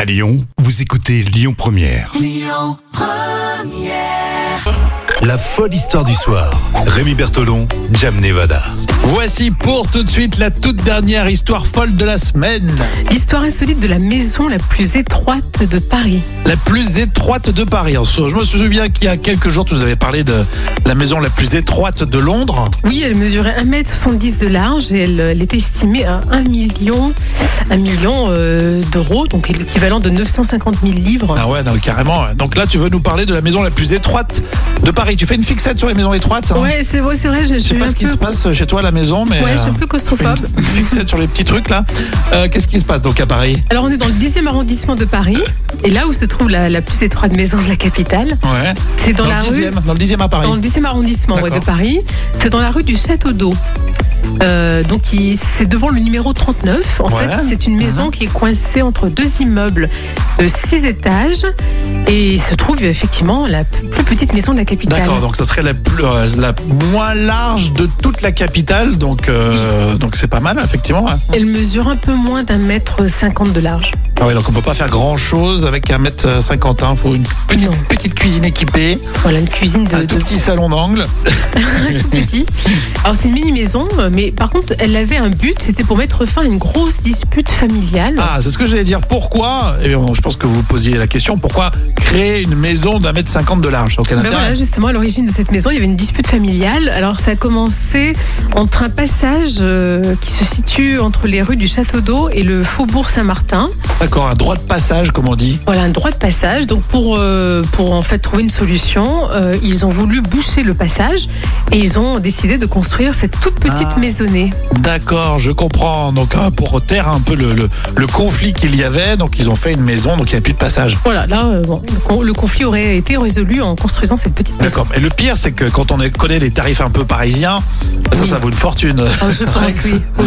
À Lyon, vous écoutez Lyon Première. Lyon Première. La folle histoire du soir. Rémi Bertolon, Jam Nevada. Voici pour tout de suite la toute dernière histoire folle de la semaine. L'histoire insolite de la maison la plus étroite de Paris. La plus étroite de Paris. En soi, Je me souviens qu'il y a quelques jours, tu nous avais parlé de la maison la plus étroite de Londres. Oui, elle mesurait 1m70 de large et elle, elle était estimée à 1 million, 1 million euh, d'euros, donc l'équivalent de 950 000 livres. Ah ouais, non, carrément. Donc là, tu veux nous parler de la maison la plus étroite de Paris. Tu fais une fixette sur les maisons étroites. hein Ouais, c'est vrai, c'est vrai, je, Je sais je suis pas un ce qui se peu... passe chez toi à la maison, mais Ouais, je suis un euh, peu claustrophobe. une fixette sur les petits trucs là. Euh, Qu'est-ce qui se passe donc à Paris Alors on est dans le 10e arrondissement de Paris, et là où se trouve la, la plus étroite maison de la capitale, Ouais. c'est dans, Dans, la le rue... 10e, dans le 10e à Paris. Dans le 10e arrondissement ouais, de D'accord. Paris, c'est dans la rue du Château d'Eau. Euh, donc il- c'est devant le numéro 39. En Ouais. Mhm. fait, c'est une maison qui est coincée entre deux immeubles de six étages et il se trouve effectivement la p- plus petite maison de la capitale. D'accord, donc ça serait la, plus- euh, la moins large de toute la capitale, donc euh, donc c'est pas mal effectivement. hein. ouais. Elle mesure un peu moins d'un mètre cinquante de large. Ah oui, donc on peut pas faire grand chose avec un mètre cinquante, hein, pour une petite, Non. petite cuisine équipée, Voilà une cuisine de, un Ah, tout de- petit salon d'angle. tout petit. Alors c'est une mini maison, mais par contre elle avait un but, c'était pour mettre fin à une grosse dispute familiale. Ah, c'est ce que j'allais dire. Pourquoi eh bien, bon, Je pense que vous posiez la question. Pourquoi créer une maison d'un mètre cinquante de large Ça a Aucun Ben intérêt. voilà, justement, à l'origine de cette maison, il y avait une dispute familiale. Alors, ça a commencé entre un passage euh, qui se situe entre les rues du Château d'Eau et le Faubourg Saint-Martin. D'accord, un droit de passage, comme on dit. Voilà, un droit de passage. Donc, pour, euh, pour en fait trouver une solution, euh, ils ont voulu boucher le passage et ils ont décidé de construire cette toute petite Ah. maisonnée. D'accord, je comprends. Donc hein, pour taire un peu le, le- le conflit qu'il y avait, donc ils ont fait une maison, donc il n'y a plus de passage. Voilà, là, euh, bon, le con- le conflit aurait été résolu en construisant cette petite maison. D'accord. Et le pire, c'est que quand on connaît les tarifs un peu parisiens, ça, Oui. ça vaut une fortune. Oh, je pense, oui. Oui.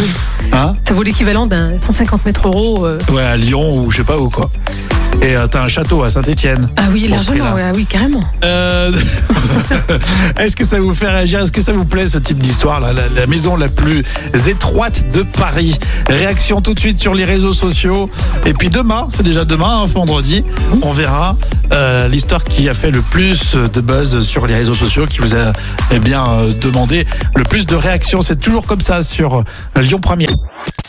Hein Ça vaut l'équivalent d'un 150 mètres euros. euh. Ouais, à Lyon ou je sais pas où quoi. Et euh, t'as un château à Saint-Étienne. Ah oui, Pour ce largement, prix-là. ouais, oui, carrément. Euh, Est-ce que ça vous fait réagir Est-ce que ça vous plaît ce type d'histoire là la, la maison la plus étroite de Paris. Réaction tout de suite sur les réseaux sociaux. Et puis demain, c'est déjà demain, hein, vendredi, on verra euh, l'histoire qui a fait le plus de buzz sur les réseaux sociaux, qui vous a eh bien euh, demandé le plus de réactions. C'est toujours comme ça sur Lyon Première.